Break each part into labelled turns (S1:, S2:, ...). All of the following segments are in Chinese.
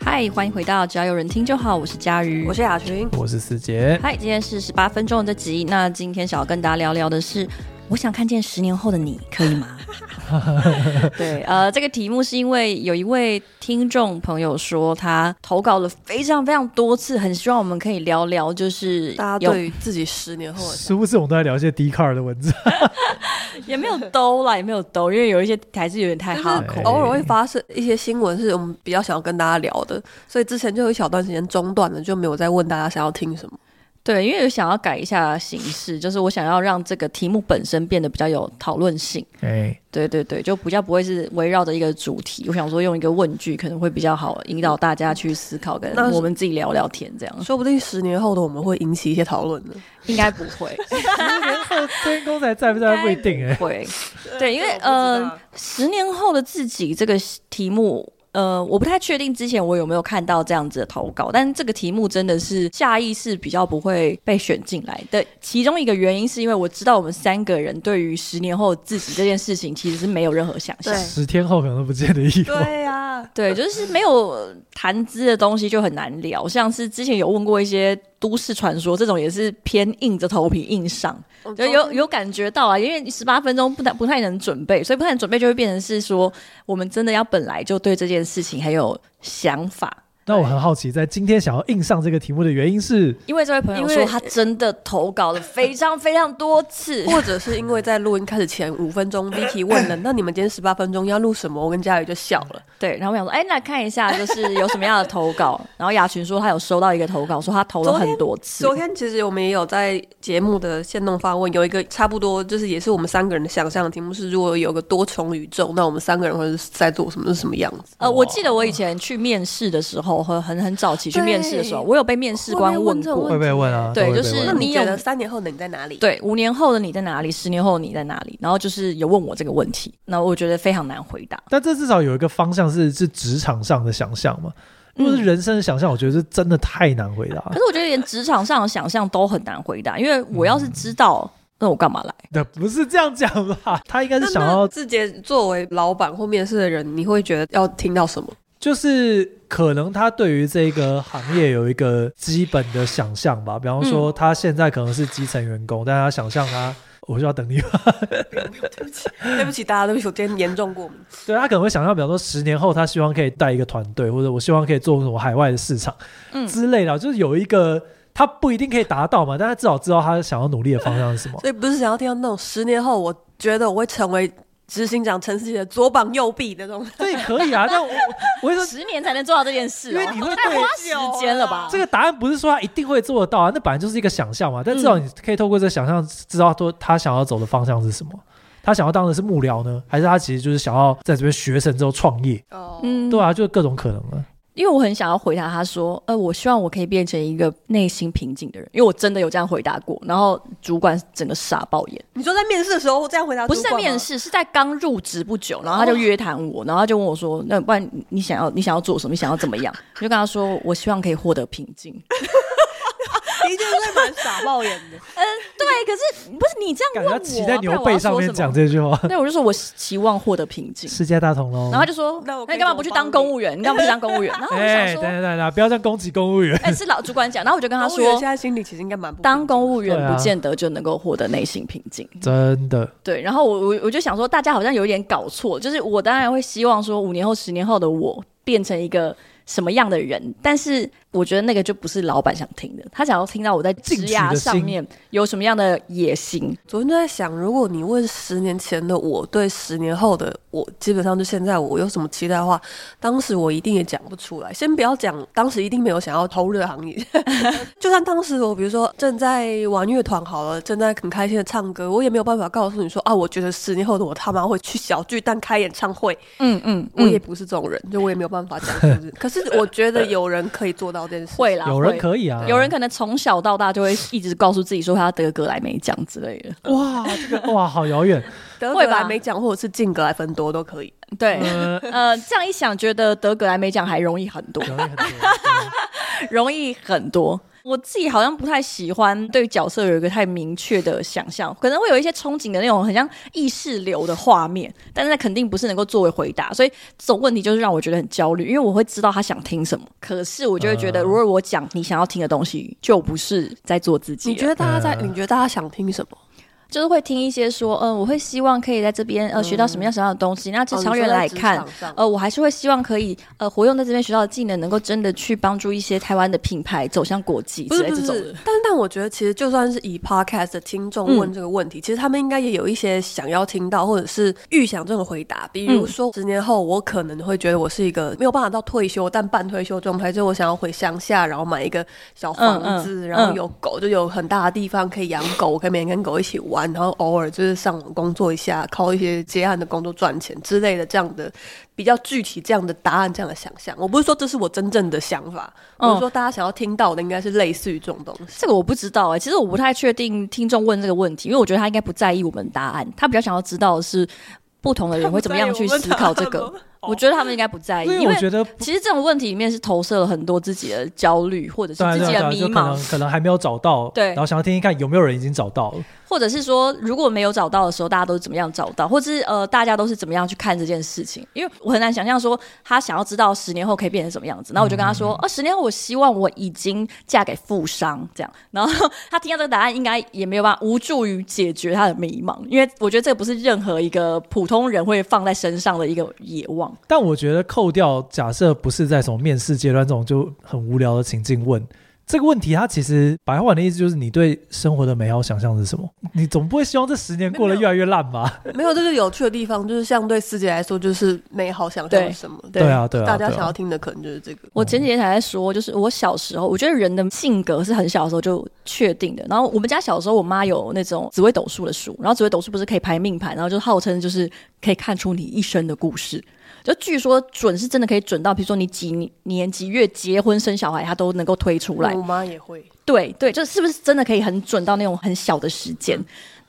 S1: 嗨，欢迎回到只要有人听就好，我是佳瑜，
S2: 我是雅群。
S3: 我是思杰。
S1: 嗨，今天是十八分钟的这集。那今天想要跟大家聊聊的是，我想看见十年后的你，可以 吗？对，呃，这个题目是因为有一位听众朋友说他投稿了非常非常多次，很希望我们可以聊聊，就是
S2: 大家
S1: 有
S2: 对于自己十年后的想
S3: 时不时我们都在聊一些 d 卡尔的文字，
S1: 也没有兜啦，也没有兜，因为有一些还是有点太哈
S2: 法
S1: 口
S3: 对。
S2: 偶尔会发生一些新闻，是我们比较想要跟大家聊的，所以之前就有一小段时间中断了，就没有再问大家想要听什么。
S1: 对，因为有想要改一下形式，就是我想要让这个题目本身变得比较有讨论性。
S3: 哎，
S1: 对对对，就比较不会是围绕着一个主题。我想说用一个问句可能会比较好引导大家去思考，跟
S2: 那是
S1: 我们自己聊聊天这样。
S2: 说不定十年后的我们会引起一些讨论的。
S1: 应该不会，
S3: 天公仔在不在不一定哎。
S1: 会对，因为
S2: 啊这我不
S1: 呃
S2: 知道，
S1: 十年后的自己这个题目。呃，我不太确定之前我有没有看到这样子的投稿，但这个题目真的是下意识比较不会被选进来的。其中一个原因是因为我知道我们三个人对于十年后自己这件事情其实是没有任何想象，
S2: 对
S3: 十天后可能都不见得一个。
S2: 对啊呀，
S1: 对，就是没有谈资的东西就很难聊，像是之前有问过一些都市传说，这种也是偏硬着头皮硬上，就有有感觉到啊，因为十八分钟不太不太能准备，所以不太能准备就会变成是说，我们真的要本来就对这件事情很有想法。
S3: 那我很好奇，在今天想要硬上这个题目的原因是，
S1: 因为这位朋友
S2: 因为
S1: 说他真的投稿了非常非常多次，
S2: 或者是因为在录音开始前五分钟，Vicky 问了，那你们今天十八分钟要录什么？我跟佳宇就笑了。
S1: 对，然后我想说，哎，那看一下就是有什么样的投稿。然后雅群说他有收到一个投稿，说他投了
S2: 昨天
S1: 很多次，
S2: 昨天其实我们也有在节目的线动发问，有一个差不多就是也是我们三个人的想象的题目是，如果有个多重宇宙，那我们三个人会是在做什么是什么样子？
S1: 呃，我记得我以前去面试的时候，和很很早期去面试的时候，
S2: 对
S1: 我有被面试官
S2: 会不会
S1: 问
S2: 问这种
S1: 过，
S3: 会被问啊？
S1: 对
S3: 都会被
S1: 就是
S3: 问
S2: 那你
S1: 有
S2: 觉得三年后的你在哪里？，
S1: 对，五年后的你在哪里？十年后的你在哪里？然后就是有问我这个问题，那我觉得非常难回答。
S3: 但这至少有一个方向是是职场上的想象嘛。如果是人生的想象，我觉得是真的太难回答
S1: 可。是我觉得连职场上的想象都很难回答，因为我
S3: 嗯
S1: 要是知道，那我干嘛来？
S3: 那不是这样讲吧？他应该
S2: 那
S3: 是想要，
S2: 自己作为老板或面试的人，你会觉得要听到什么？
S3: 就是可能他对于这个行业有一个基本的想象吧。比方说，他现在可能是基层员工，但他想象他，我就要等你
S2: 对不起大家，对不起，我今天严重过敏。
S3: 对他可能会想象，比方说十年后，他希望可以带一个团队，或者我希望可以做什么海外的市场，
S1: 嗯
S3: 之类的，就是有一个他不一定可以达到嘛，但他至少知道他想要努力的方向是什 么。
S2: 所以不是想要听到那种十年后，我觉得我会成为执行长陈思琪的左膀右臂的那种。
S3: 这也可以啊，但我我会说，
S1: 十年才能做到这件事、
S3: 因
S1: 哦，
S3: 为 你会
S1: 太花
S3: 对
S1: 时间了吧？
S2: 啊
S3: 这个答案不是说他一定会做得到啊，那本来就是一个想象嘛，但至少
S1: 嗯
S3: 你可以透过这个想象知道说他想要走的方向是什么。他想要当的是幕僚呢，还是他其实就是想要在这边学成之后创业？
S2: 哦，
S1: 嗯
S3: 对啊，就是各种可能啊。
S1: 因为我很想要回答他说，呃，我希望我可以变成一个内心平静的人，因为我真的有这样回答过，然后主管整个傻爆眼。
S2: 你说在面试的时候这样回答，
S1: 不是在面， 试，是在刚入职不久，然后他就约谈我，然后他就问我说：“那不然你你想要你想要做什么？你想要怎么样？” 我就跟他说：“我希望可以获得平静。
S2: 的确是蛮傻冒眼的。”
S1: 对，可是不是你这样
S3: 感
S1: 问
S3: 觉
S1: 我
S3: 他
S1: 啊，
S3: 骑在
S1: 不然
S3: 牛
S1: 我要
S3: 背
S1: 说
S3: 上面
S1: 什么
S3: 讲这句话，
S1: 对，我就说我期望获得平静，
S3: 世界大同喽。
S1: 然后他就说：“
S2: 那
S1: 那
S2: 我可以
S1: 你干嘛
S2: 怎
S1: 不
S2: 么
S1: 去
S2: 帮
S1: 当
S2: 你
S1: 公务员？你干嘛不去当公务 员？”然后我就想
S3: 哎，等
S1: 说
S3: 等等等，不要这样攻击公务：“员。
S1: 哎，是老主管讲。”然后我就跟他
S2: 公务员
S1: 说
S2: 现在心里其实应该蛮不：“
S1: 当公务
S3: 对
S1: 员
S3: 啊
S1: 不见得就能够获得内心平静。”
S3: 真的，
S1: 对，然后我我我就想说，大家好像有一点搞错，就是我当然会希望说，五年后、十年后的我变成一个什么样的人，但是我觉得那个就不是老板想听的，他想要听到我在职
S3: 进取的
S1: 涯上
S3: 心
S1: 面有什么样的野心。
S2: 昨天就在想，如果你问十年前的我对十年后的我，基本上就现在我有什么期待的话，当时我一定也讲不出来。先不要讲，当时一定没有想要投入这个 行业。就算当时我比如说正在玩乐团好了，正在很开心的唱歌，我也没有办法告诉你说啊，我觉得十年后的我他妈会去小巨蛋开演唱会。
S1: 嗯嗯，
S2: 我也不是这种人，就我也没有办法讲出 这。可是我觉得有人可以做到这件事。
S1: 会啦，
S3: 有人
S1: 会
S3: 可以啊，
S1: 有人可能从小到大就会一直告诉自己说他要得格莱美奖之类的，
S3: 啊哇，这个哇好遥 远。
S2: 德
S1: 会
S2: 格
S1: 吧
S2: 莱美奖或者是进格莱芬多都可以。
S1: 对。
S3: 呃，
S1: 呃，这样一想，觉得得格莱美奖还容易很多，
S3: 遥远很多
S1: 容易很多。我自己好像不太喜欢对角色有一个太明确的想象，可能会有一些憧憬的那种很像意识流的画面，但是那肯定不是能够作为回答，所以这种问题就是让我觉得很焦虑，因为我会知道他想听什么，可是我就会觉得，
S3: 嗯
S1: 如果我讲你想要听的东西，就不是在做自己了。啊
S2: 你觉得大家在？
S3: 嗯
S2: 你觉得大家想听什么？
S1: 就是会听一些说，嗯，我会希望可以在这边呃学到什么样什么样的东西，那就
S2: 哦
S1: 长远来看。，
S2: 你说在职场上
S1: 呃，我还是会希望可以，呃，活用在这边学到的技能，能够真的去帮助一些台湾的品牌走向国际
S2: 不
S1: 之
S2: 是
S1: 类
S2: 不
S1: 这种
S2: 是
S1: 的。，
S2: 但但我觉得其实就算是以 podcast 的听众
S1: 嗯
S2: 问这个问题，其实他们应该也有一些想要听到或者是预想这种回答，比
S1: 嗯
S2: 如说十年后我可能会觉得我是一个没有办法到退休但半退休状态，就是我想要回乡下，然后买一个小房子，
S1: 嗯嗯
S2: 然后有狗，就有很大的地方可以养狗，我可以每天跟狗一起玩，然后偶尔就是上网工作一下，靠一些接案的工作赚钱之类的这样的。比较具体这样的答案，这样的想象，我不是说这是我真正的想法，
S1: 嗯
S2: 我是说大家想要听到的应该是类似于这种东西。
S1: 这个我不知道哎、其实我不太确定听众问这个问题，因为我觉得他应该不在意我们答案，他比较想要知道的是不同的人会怎么样去思考这
S2: 哦
S1: 个。我觉得他们应该不在意，
S3: 因为
S1: 哎因
S3: 啊我
S1: 为
S3: 觉得不，
S1: 其实这种问题里面是投射了很多自己的焦虑，或者是
S3: 对啊
S1: 自己
S3: 对啊
S1: 的
S3: 对
S1: 迷
S3: 啊就可
S1: 茫
S3: 能，可能还没有找到，
S1: 对
S3: 然后想要听听看有没有人已经找到了。
S1: 或者是说，如果没有找到的时候，大家都是怎么样找到，或者是呃，大家都是怎么样去看这件事情？因为我很难想象说他想要知道十年后可以变成什么样子。然后我就跟他说：“哦，十年后我希望我已经嫁给富商。”这样，然后他听到这个答案，应该也没有办法无助于解决他的迷茫，因为我觉得这不是任何一个普通人会放在身上的一个野望。
S3: 但我觉得扣掉假设不是在什么面试阶段这种就很无聊的情境问这个问题，它其实白话文的意思就是你对生活的美好想象是什么？你总不会希望这十年过得越来越烂吧？
S2: 没有，这是有趣的地方，就是相对世界来说，就是美好想象是什么。
S3: 对啊对啊
S2: 大家
S3: 对啊
S2: 想要听的可能就是这个。
S1: 我前几天才在说，就是我小时候，我觉得人的性格是很小的时候就确定的。然后我们家小时候，我妈有那种紫微斗数的书，然后紫微斗数不是可以排命盘，然后就号称就是可以看出你一生的故事。就据说准是真的可以准到，比如说你几年几月结婚生小孩，它都能够推出来
S2: 我。妈也会，
S1: 对对，就是不是真的可以很准到那种很小的时间。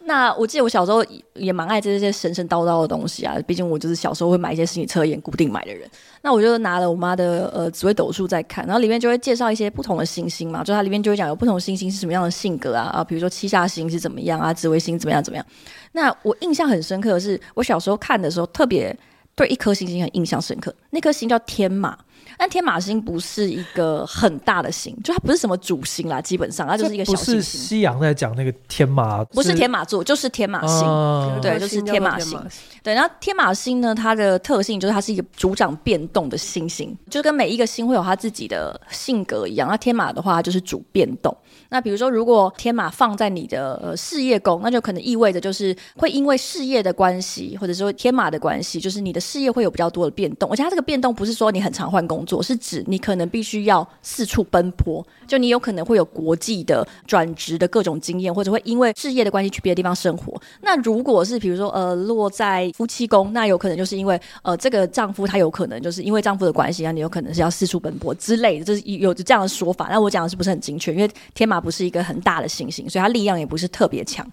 S1: 那我记得我小时候也也蛮爱这些神神叨叨的东西啊，毕竟我就是小时候会买一些心理测验，固定买的人。那我就拿了我妈的呃紫微斗数在看，然后里面就会介绍一些不同的星星嘛，就它里面就会讲有不同星星是什么样的性格啊啊，比如说七煞星是怎么样啊，紫微星怎么样怎么样。那我印象很深刻的是，我小时候看的时候特别对一颗星星很印象深刻，那颗星叫天马。但天马星不是一个很大的星，就它不是什么主星啦，基本上它就是一个
S3: 这
S1: 小
S3: 不
S1: 星
S3: 是
S1: 星。
S3: 西洋在讲那个天马，
S1: 不是天马座，就是天马星。
S3: 啊
S1: 对就是
S2: 天
S1: 天马
S2: 星
S1: 星。对，然后天马星呢，它的特性就是它是一个主掌变动的星星，就跟每一个星会有它自己的性格一样。那天马的话它就是主变动。那比如说，如果天马放在你的、呃、事业宫，那就可能意味着就是会因为事业的关系，或者说天马的关系，就是你的事业会有比较多的变动。而且它这个变动不是说你很常换工作，是指你可能必须要四处奔波，就你有可能会有国际的转职的各种经验，或者会因为事业的关系去别的地方生活。那如果是比如说呃落在夫妻宫，那有可能就是因为呃这个丈夫他有可能就是因为丈夫的关系，那你有可能是要四处奔波之类的，就是有有这样的说法。那我讲的是不是很精确？因为天马不是一个很大的行星，所以它力量也不是特别强。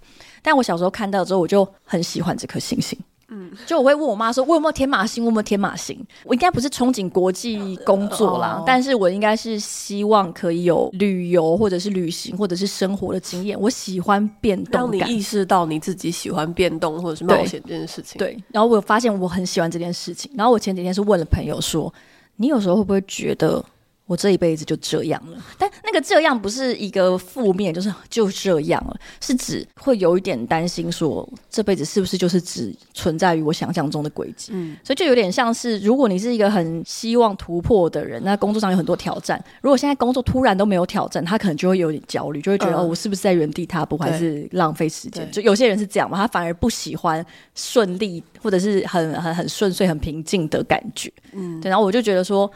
S1: 但我小时候看到之后，我就很喜欢这颗星星。嗯，就我会问我妈说，我有没有天马星？我有没有天马星？我应该不是憧憬国际工作啦，
S2: 哦
S1: 但是我应该是希望可以有旅游或者是旅行或者是生活的经验。我喜欢变动
S2: 让你
S1: 感，
S2: 意识到你自己喜欢变动或者是冒险这件事情。，
S1: 对，然后我有发现我很喜欢这件事情。然后我前几天是问了朋友说，你有时候会不会觉得我这一辈子就这样了？但那个这样不是一个负面，就是就这样了，是指会有一点担心说这辈子是不是就是只存在于我想象中的轨迹？
S2: 嗯，
S1: 所以就有点像是，如果你是一个很希望突破的人，那工作上有很多挑战。如果现在工作突然都没有挑战，他可能就会有点焦虑，就会觉得、
S2: 嗯
S1: 哦，我是不是在原地踏步，还是浪费时间就
S2: 对？
S1: 有些人是这样嘛，他反而不喜欢顺利或者是很很很顺遂、很平静的感觉。
S2: 嗯，
S1: 对，然后我就觉得说。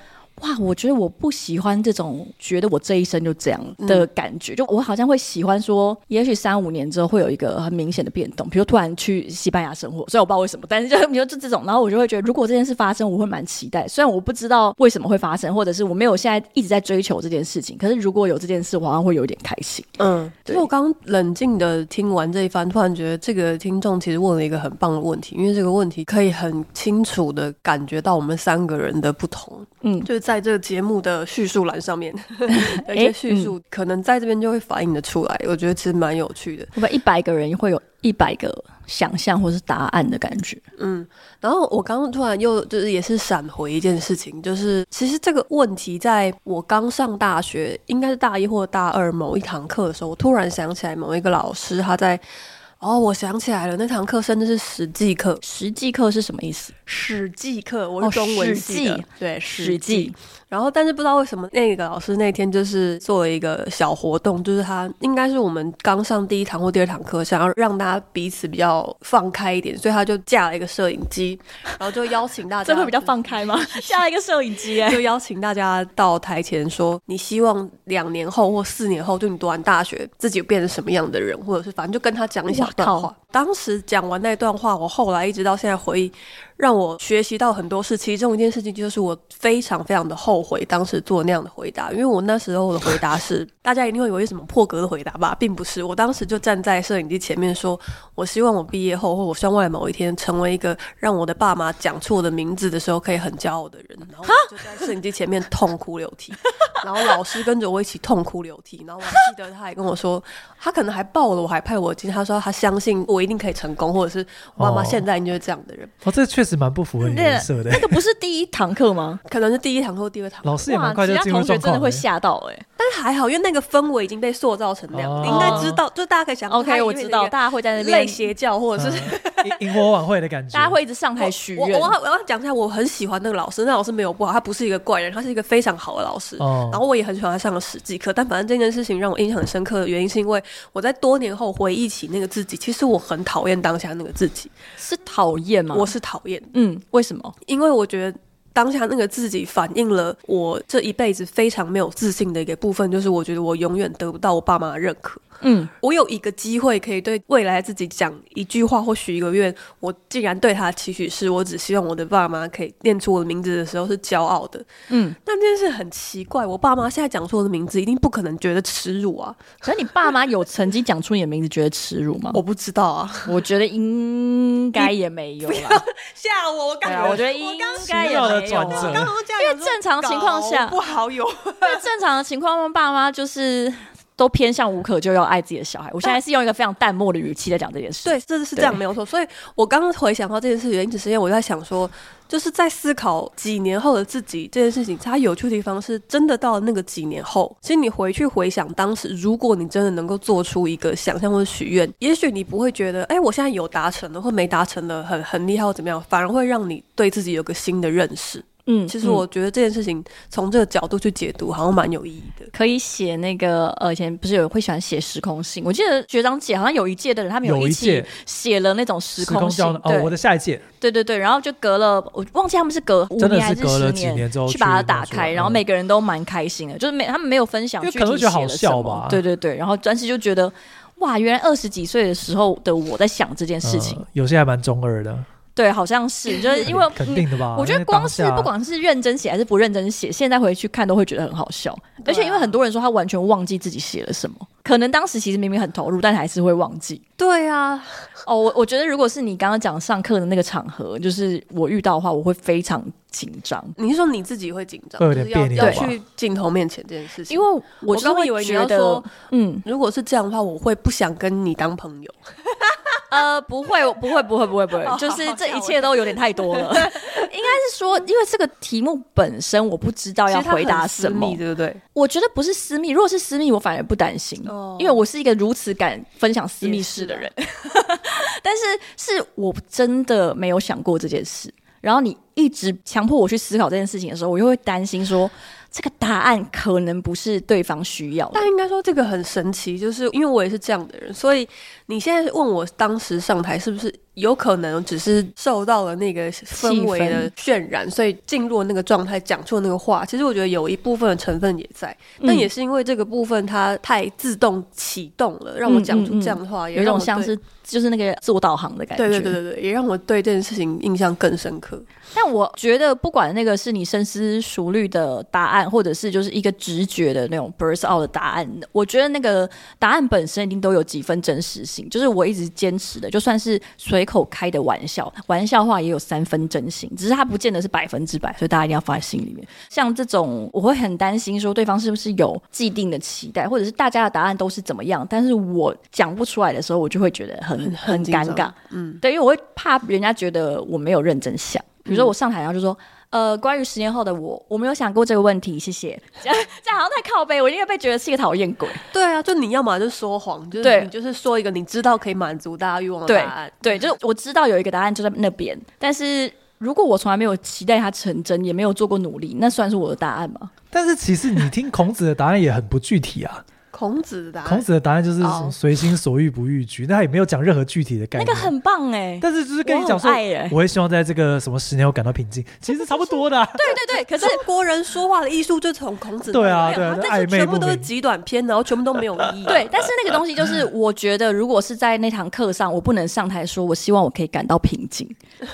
S1: 哇，我觉得我不喜欢这种觉得我这一生就这样的
S2: 嗯
S1: 感觉，就我好像会喜欢说，也许三五年之后会有一个很明显的变动，比如突然去西班牙生活，虽然我不知道为什么，但是就 比如就这种，然后我就会觉得，如果这件事发生，我会蛮期待。虽然我不知道为什么会发生，或者是我没有现在一直在追求这件事情，可是如果有这件事，我好像会有点开心。
S2: 嗯，
S1: 对
S2: 所以我刚冷静的听完这一番，突然觉得这个听众其实问了一个很棒的问题，因为这个问题可以很清楚的感觉到我们三个人的不同。
S1: 嗯，
S2: 就是在这个节目的叙述栏上 面有一些叙述，可能在这边就会反映的出来。我觉得其实蛮有趣的。
S1: 会不会一百个人会有一百个想象或是答案的感觉？
S2: 嗯，然后我刚刚突然又就是也是闪回一件事情，就是其实这个问题在我刚上大学，应该是大一或大二某一堂课的时候，我突然想起来某一个老师他在，哦，我想起来了，那堂课甚至是史记课，
S1: 实际课是什么意思？
S2: 史记课，我
S1: 哦
S2: 是中文
S1: 史
S2: 系的，
S1: 记
S2: 对，
S1: 史记。
S2: 然后，但是不知道为什么那个老师那天就是做了一个小活动，就是他应该是我们刚上第一堂或第二堂课，想要让大家彼此比较放开一点，所以他就架了一个摄影机，然后就邀请大 家，
S1: 这会比较放开吗？下一个摄影机哎、
S2: 就邀请大家到台前说，你希望两年后或四年后，就你读完大学自己变成什么样的人，或者是反正就跟他讲一小段
S1: 哇
S2: 话
S1: 靠。
S2: 当时讲完那段话，我后来一直到现在回忆，让我学习到很多事。其中一件事情就是我非常非常的后悔当时做那样的回答，因为我那时候的回答是，大家一定会以为是什么破格的回答吧，并不是。我当时就站在摄影机前面说，我希望我毕业后或我向外某一天成为一个让我的爸妈讲出我的名字的时候可以很骄傲的人，然后我就在摄影机前面痛哭流涕，然后老师跟着我一起痛哭流涕，然后我还记得他还跟我说，他可能还抱了我，还拍我肩，他说他相信我一定可以成功，或者是我妈妈
S3: 哦
S2: 现在就是这样的人，
S3: 哦，这确实蛮不符合你人设的
S1: 那。个不是第一堂课吗？
S2: 可能是第一堂课或第二堂，
S3: 老师也
S1: 哇，
S3: 蛮快就
S1: 其他
S3: 进入
S1: 同学
S3: 状
S1: 真的
S3: 况
S1: 会
S3: 了。
S1: 吓到哎、
S2: 但是还好，因为那个氛围已经被塑造成那样，
S3: 哦
S2: 你应该知道，就大家可以想
S1: OK，我知道大
S2: 大
S1: 家会在那边
S2: 类，邪教或者是。
S3: 嗯萤萤火晚会的感觉，
S1: 大家会一直上台许
S2: 我
S1: 愿
S2: 我。要我要讲一下，我很喜欢那个老师，那老师没有不好，他不是一个怪人，他是一个非常好的老师。
S3: 哦
S2: 然后我也很喜欢他上的史记课，但反正这件事情让我印象很深刻的原因，是因为我在多年后回忆起那个自己，其实我很讨厌当下那个自己，
S1: 是讨厌吗？
S2: 我是讨厌的，
S1: 嗯，为什么？
S2: 因为我觉得。当下那个自己反映了我这一辈子非常没有自信的一个部分，就是我觉得我永远得不到我爸妈的认可。
S1: 嗯，
S2: 我有一个机会可以对未来自己讲一句话或许一个愿，我竟然对他的期许是我只希望我的爸妈可以念出我的名字的时候是骄傲的。
S1: 嗯，
S2: 但这件事很奇怪，我爸妈现在讲出我的名字，一定不可能觉得耻辱啊！
S1: 可是你爸妈有曾经讲出你的名字觉得耻辱吗？
S2: 我不知道啊，
S1: 我觉得应该也没有啦。
S2: 吓我！我
S1: 对
S2: 刚
S1: 啊，我觉得应该也没
S3: 奇
S1: 有
S3: 妙的转
S1: 啊
S3: 折。
S2: 刚这
S1: 因为正常情况下
S2: 不好有。
S1: 因为正常的情况下，爸妈就是都偏向无可救药爱自己的小孩。我现在是用一个非常淡漠的语气在讲这件事。，
S2: 对，这是这样
S1: 对
S2: 没有错。所以我刚刚回想到这件事，原因只是因为我在想说，就是在思考几年后的自己这件事情，它有趣的地方是真的到了那个几年后，其实你回去回想当时，如果你真的能够做出一个想象或者许愿，也许你不会觉得，哎、我现在有达成了或没达成了，很很厉害或怎么样，反而会让你对自己有个新的认识。
S1: 嗯
S2: 其实我觉得这件事情从这个角度去解读，好像蛮有意义的。
S1: 可以写那个呃，以前不是有人会喜欢写时空信？我记得学长姐好像有一届的人，他们
S3: 有一
S1: 一起
S3: 届
S1: 写了那种时
S3: 时
S1: 空信。
S3: 交流
S1: 对
S3: 哦，我的下一届
S1: 对对对，然后就隔了，我忘记他们是隔五
S3: 真的
S1: 年
S3: 是
S1: 还是
S3: 隔了
S1: 十
S3: 几年之后
S1: 去把它
S3: 去弄
S1: 打
S3: 出
S1: 开，
S3: 来
S1: 然后
S3: 嗯
S1: 每个人都蛮开心的，就是没他们没有分享
S3: 因为
S1: 具
S3: 可能
S1: 体
S3: 觉得好
S1: 写了
S3: 笑
S1: 什么
S3: 吧
S1: 对对对，然后但是就觉得哇，原来二十几岁的时候的我在想这件事情，
S3: 嗯有些还蛮中二的，
S1: 对，好像 是就是因为
S3: 肯
S1: 嗯
S3: 定的吧？
S1: 我觉
S3: 因
S1: 得
S3: 为
S1: 光
S3: 当
S1: 是
S3: 下
S1: 不管是认真写还是不认真写，现在回去看都会觉得很好笑。而且因为很多人说他完全忘记自己写了什么，可能当时其实明明很投入，但还是会忘记。
S2: 对啊，
S1: 哦，我我觉得如果是你刚刚讲上课的那个场合，就是我遇到的话，我会非常紧张，
S2: 你是说你自己会紧张，
S3: 会有点
S2: 就是
S3: 别
S2: 要
S3: 扭
S2: 要
S3: 吧
S2: 去镜头面前这件事情，
S1: 因为我就是
S2: 刚刚以
S1: 会
S2: 为你
S1: 觉
S2: 要
S1: 得
S2: 说，
S1: 嗯，
S2: 如果是这样的话，我会不想跟你当朋友。
S1: 呃，不会，不会，不会，不会，不会，就是这一切都有点太多 了。应该是说，因为这个题目本身我不知道要
S2: 其实它很
S1: 回答什
S2: 私
S1: 么
S2: 密，对不对？
S1: 我觉得不是私密，如果是私密，我反而不担心，
S2: 哦
S1: 因为我是一个如此敢分享私密事的人。
S2: 啊
S1: 但是是我真的没有想过这件事，然后你一直强迫我去思考这件事情的时候，我又会担心说这个答案可能不是对方需要的。
S2: 但应该说这个很神奇，就是因为我也是这样的人，所以你现在问我当时上台是不是有可能只是受到了那个氛围的渲染，所以进入了那个状态，讲出了那个话。其实我觉得有一部分的成分也在，但
S1: 嗯
S2: 也是因为这个部分它太自动启动了，让我讲出这样的话，也
S1: 有一
S2: 让
S1: 种
S2: 我
S1: 像
S2: 对
S1: 是就是那个自我导航的感觉，
S2: 对对对对对，也让我对这件事情印象更深刻。
S1: 但我觉得，不管那个是你深思熟虑的答案，或者是就是一个直觉的那种 burst out 的答案，我觉得那个答案本身一定都有几分真实性。就是我一直坚持的，就算是随 Michael 开的玩笑，玩笑话也有三分真心，只是他不见得是百分之百，所以大家一定要放在心里面。像这种，我会很担心说对方是不是有既定的期待，或者是大家的答案都是怎么样，但是我讲不出来的时候，我就会觉得很很
S2: 紧
S1: 尴
S2: 张
S1: 尬。嗯，对，因为我会怕人家觉得我没有认真想。比如说我上台，然后就说。呃，关于十年后的我，我没有想过这个问题，谢谢。 这样这样好像在靠背，我应该被觉得是一个讨厌鬼。
S2: 对啊，就你要么就说谎，就是
S1: 对
S2: 你就是说一个你知道可以满足大家欲望的答案。
S1: 对，就是我知道有一个答案就在那边，但是如果我从来没有期待它成真，也没有做过努力，那算是我的答案吗？
S3: 但是其实你听孔子的答案也很不具体啊，
S2: 孔子的答
S3: 孔
S2: 案，
S3: 子的答案就是
S2: 哦
S3: 随心所欲不逾矩，那他也没有讲任何具体的概
S1: 那
S3: 念。
S1: 个很棒哎、
S3: 但是就是跟你讲
S1: 我
S3: 说
S1: 很爱耶，
S3: 我会希望在这个什么十年后感到 平静，其实差不多的啊、
S1: 对对对，可是
S2: 中国人说话的艺术就从孔子
S3: 对
S2: 那里
S3: 啊
S2: 来
S3: 对啊
S2: 但是
S3: 暧昧
S2: 全部
S3: 不
S2: 都是
S3: 明，
S2: 极短篇，然后全部都没有意义。
S1: 对，但是那个东西就是，我觉得如果是在那堂课上，我不能上台说，我希望我可以感到平静。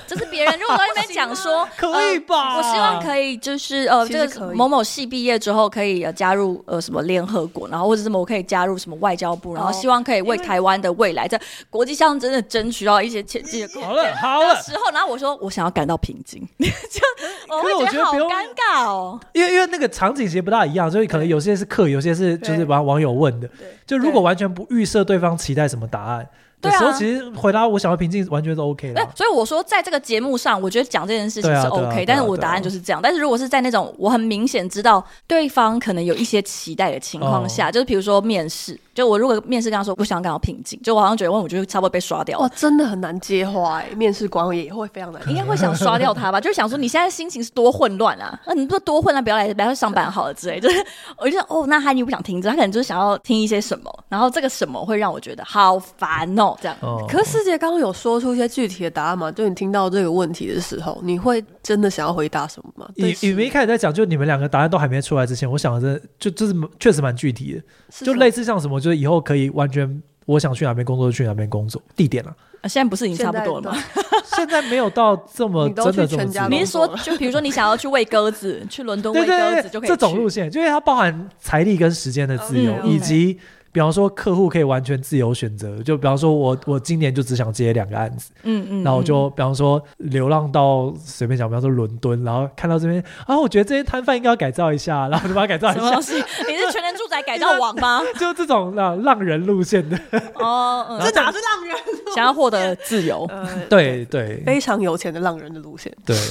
S1: 就是别人如果在那边讲说
S3: 可以吧
S1: 呃我希望可以，就是呃，
S2: 其
S1: 这
S2: 实
S1: 个
S2: 可以
S1: 某某系毕业之后可以呃加入呃什么联合国，然后或者什么我可以加入什么外交部，然后
S2: 哦
S1: 希望可以为
S2: 因为
S1: 台湾的未来在国际上真的争取到一些前进的空
S3: 好了好了，
S1: 时候，然后我说我想要感到平静， 就我
S3: 可是我
S1: 会
S3: 觉
S1: 觉
S3: 得
S1: 得好
S3: 不用
S1: 尴尬哦。
S3: 因为因为那个场景其实不大一样，所以可能有些是课，有些是就是网网友问的。就如果完全不预设对方期待什么答案的
S1: 对啊
S3: 时候，其实回答我想要平静，完全都 OK
S1: 对
S3: 啦，。
S1: 所以我说，在这个节目上，我觉得讲这件事情
S3: 对啊
S1: 是
S3: 对啊
S1: OK，、
S3: 对啊
S1: 但是我
S3: 对啊
S1: 答案就是这样。但是如果是在那种我很明显知道对方可能有一些期待的情况
S3: 哦
S1: 下，就是比如说面试，就我如果面试跟他说我想感到平静，就我好像觉得问我就差不多被刷掉
S2: 哇
S1: 了，，
S2: 哦真的很难接话哎、面试官也会非常难接
S1: 应该会想刷掉他吧？就是想说你现在心情是多混乱啊，那、你不是多混乱，不要来不要上班好了之类。就是我就想哦，那他你不想听这，他可能就是想要听一些什么，然后这个什么会让我觉得好烦哦，这样。
S3: 哦，
S2: 可是师姐刚刚有说出一些具体的答案嘛？就你听到这个问题的时候，你会真的想要回答什么吗？
S3: 以以为一开始在讲，就你们两个答案都还没出来之前，我想的就就是确实蛮具体的，就类
S2: 类
S3: 似像什么，就是以后可以完全我想去哪边工作就去哪边工作，地点 啊，
S1: 呃现在不是已经差不多了吗？
S3: 现在没有到这么
S2: 你
S3: 真
S2: 都
S3: 的
S2: 去
S3: 这么
S2: 全家
S3: 自由
S1: 你
S2: 都
S1: 是说，就比如说你想要去喂鸽子，去伦敦
S3: 啊对
S1: 喂鸽子
S3: 对对
S1: 就可
S3: 对，
S1: 以
S3: 这种
S1: 去
S3: 路线，因为它包含财力跟时间的自由，
S1: 嗯
S3: 以及比方说客户可以完全自由选择。就比方说我我今年就只想接两个案子，
S1: 嗯嗯，
S3: 然后我
S1: 嗯
S3: 就比方说流浪到随便讲，比方说伦敦，然后看到这边啊，我觉得这些摊贩应该要改造一下，然后就把它改造一
S1: 什么东
S3: 下，
S1: 西？你是全能住宅改造王 吗？
S3: 就这种浪浪人路线的。
S1: 哦，嗯
S2: 哪是浪人？
S1: 想要获得自由，
S2: 呃，
S3: 对对
S2: 非常有钱的浪人的路线。
S3: 对，就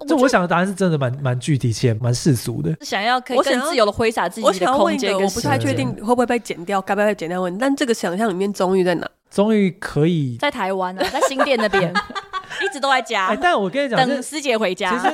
S1: 我
S3: 哎呃我想的答案是真的蛮蛮具体且蛮世俗的。
S1: 想要可以
S2: 我想
S1: 更
S2: 要
S1: 自由的挥洒自
S2: 我
S1: 己的
S2: 想要问
S1: 空
S2: 一
S1: 间
S2: 个，
S1: 跟
S2: 我
S1: 时
S2: 不
S1: 间。
S2: 太确定会不会被剪掉，该不该被剪掉问题，但这个想象里面终于在哪？
S3: 终于可以，
S1: 在台湾啊，在新店那 边一直都在
S3: 哎，
S1: 家，
S3: 但我跟你讲，这
S1: 等师姐回
S3: 其
S1: 家。
S3: 实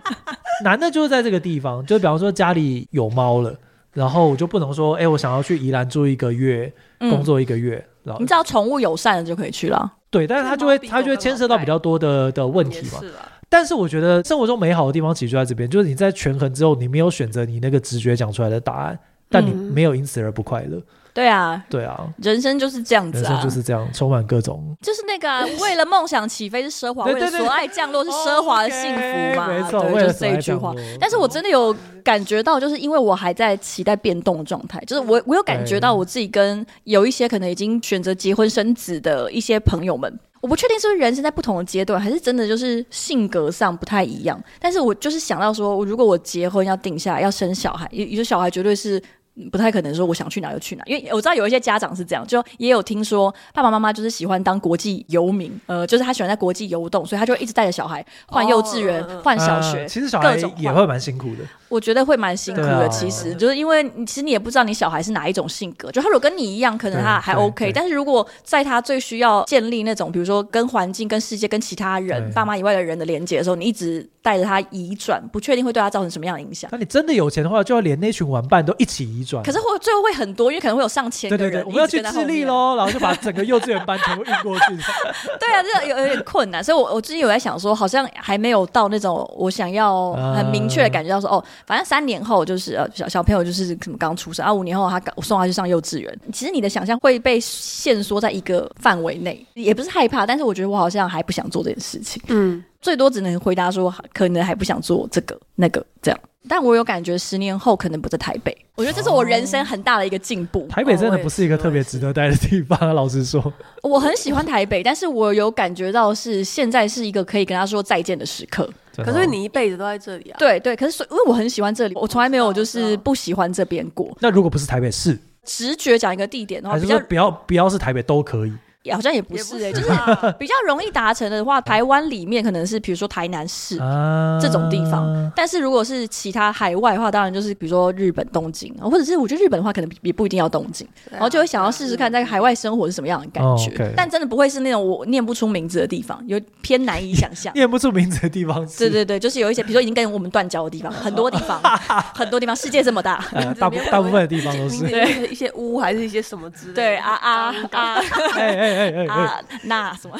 S3: 难的就是在这个地方，就比方说家里有猫了，然后我就不能说，哎、我想要去宜兰住一个月，工
S1: 嗯，
S3: 作一个月，然后
S1: 你知道宠物友善的就可以去了。
S3: 对，但是他就会他就会牵涉到比较多的的问
S2: 也
S3: 题嘛。
S2: 是啊，
S3: 但是我觉得生活中美好的地方其实就在这边，就是你在权衡之后，你没有选择你那个直觉讲出来的答案，但你
S2: 嗯
S3: 没有因此而不快乐。
S1: 对啊，
S3: 对啊，
S1: 人生就是这样
S3: 人
S1: 子
S3: 生
S1: 啊
S3: 就，是这样，充满各种。
S1: 就是那个啊为了梦想起飞是奢华，
S3: 对
S1: 为
S3: 对
S1: 了
S3: 对
S1: 所爱降落是奢华的幸福嘛。
S3: OK，没错，
S1: 对
S3: 为
S1: 就
S3: 了
S1: 是这一句话
S3: 所。
S2: 哦
S3: 爱讲
S1: 但是
S2: 嗯
S1: 我真的有感觉到，就是因为我还在期待变动的状态，就是我我有感觉到我自己跟有一些可能已经选择结婚生子的一些朋友们。我不确定是不是人生在不同的阶段，还是真的就是性格上不太一样。但是我就是想到说，如果我结婚要定下来要生小孩， 有有小孩绝对是嗯不太可能说我想去哪就去哪，因为我知道有一些家长是这样，就也有听说爸爸妈妈就是喜欢当国际游民，呃，就是他喜欢在国际游动，所以他就一直带着小孩换幼稚园
S2: 哦嗯嗯、嗯
S1: 换小学
S3: 呃，其实小孩
S1: 各种
S3: 也
S1: 换
S3: 会蛮辛苦的。
S1: 我觉得会蛮辛苦
S3: 对
S1: 的，
S3: 啊
S1: 其实就是因为你其实你也不知道你小孩是哪一种性格，就他如果跟你一样，可能他
S3: 对
S1: 还
S3: 对
S1: OK，
S3: 对
S1: 但是如果在他最需要建立那种比如说跟环境、跟世界、跟其他人
S3: 对、
S1: 爸妈以外的人的连接的时候，你一直带着他移转，不确定会对他造成什么样的影响。
S3: 那你真的有钱的话，就要连那群玩伴都一起移转。
S1: 可是会最后会很多，因为可能会有上千
S3: 对
S1: 个
S3: 对
S1: 人
S3: 对，我们要
S1: 一直
S3: 去
S1: 跟在
S3: 智
S1: 后
S3: 利
S1: 面。
S3: 喽，然后就把整个幼稚园班全部运过 去。
S1: 对啊，这有有点困难，所以我我最近有在想说，好像还没有到那种我想要很明确的感觉到说，哦，反正三年后就是呃小小朋友就是什么刚出生啊，五年后他刚我送他去上幼稚园。其实你的想象会被限缩在一个范围内，也不是害怕，但是我觉得我好像还不想做这件事情。
S2: 嗯，
S1: 最多只能回答说，可能还不想做这个那个这样。但我有感觉，十年后可能不在台北，我觉得这是我人生很大的一个进步。
S3: 台北真的不是一个特别值得待的地方啊，老 实说，
S1: 我很喜欢台北，但是我有感觉到是现在是一个可以跟他说再见的时刻。
S3: 真的哦
S2: 可是你一辈子都在这里啊。，
S1: 对对，可是所以因为我很喜欢这里，我从来没有就
S2: 我知
S1: 是
S2: 道
S1: 不喜欢这边过。
S3: 那如果不是台北市，
S1: 直觉讲一个地点的话，
S3: 还
S1: 比
S3: 是说
S1: 较
S3: 不要不要是台北都可以？
S1: 也好像也不
S2: 也
S1: 是
S2: 不
S1: 哎、
S2: 是
S1: 就是
S2: 啊
S1: 比较容易达成的话，台湾里面可能是比如说台南市，
S3: 啊，
S1: 这种地方但是如果是其他海外的话，当然就是比如说日本东京，或者是我觉得日本的话，可能也不一定要东京，
S2: 对啊
S1: 然后就会想要试试看在海外生活是什么样的感觉。
S3: 哦，OK
S1: 但真的不会是那种我念不出名字的地方，有偏难以想
S3: 。
S1: 象
S3: 念不出名字的地方是，
S1: 对对对，就是有一些，比如说已经跟我们断交的地方，很多地方，很多地方，世界这么大，
S3: 呃，大部大部分的地方都是
S2: 名字。就是一些屋还是一些什么之类的。
S1: 对啊啊啊
S3: 哎哎哎哎哎，
S1: 啊，那什么？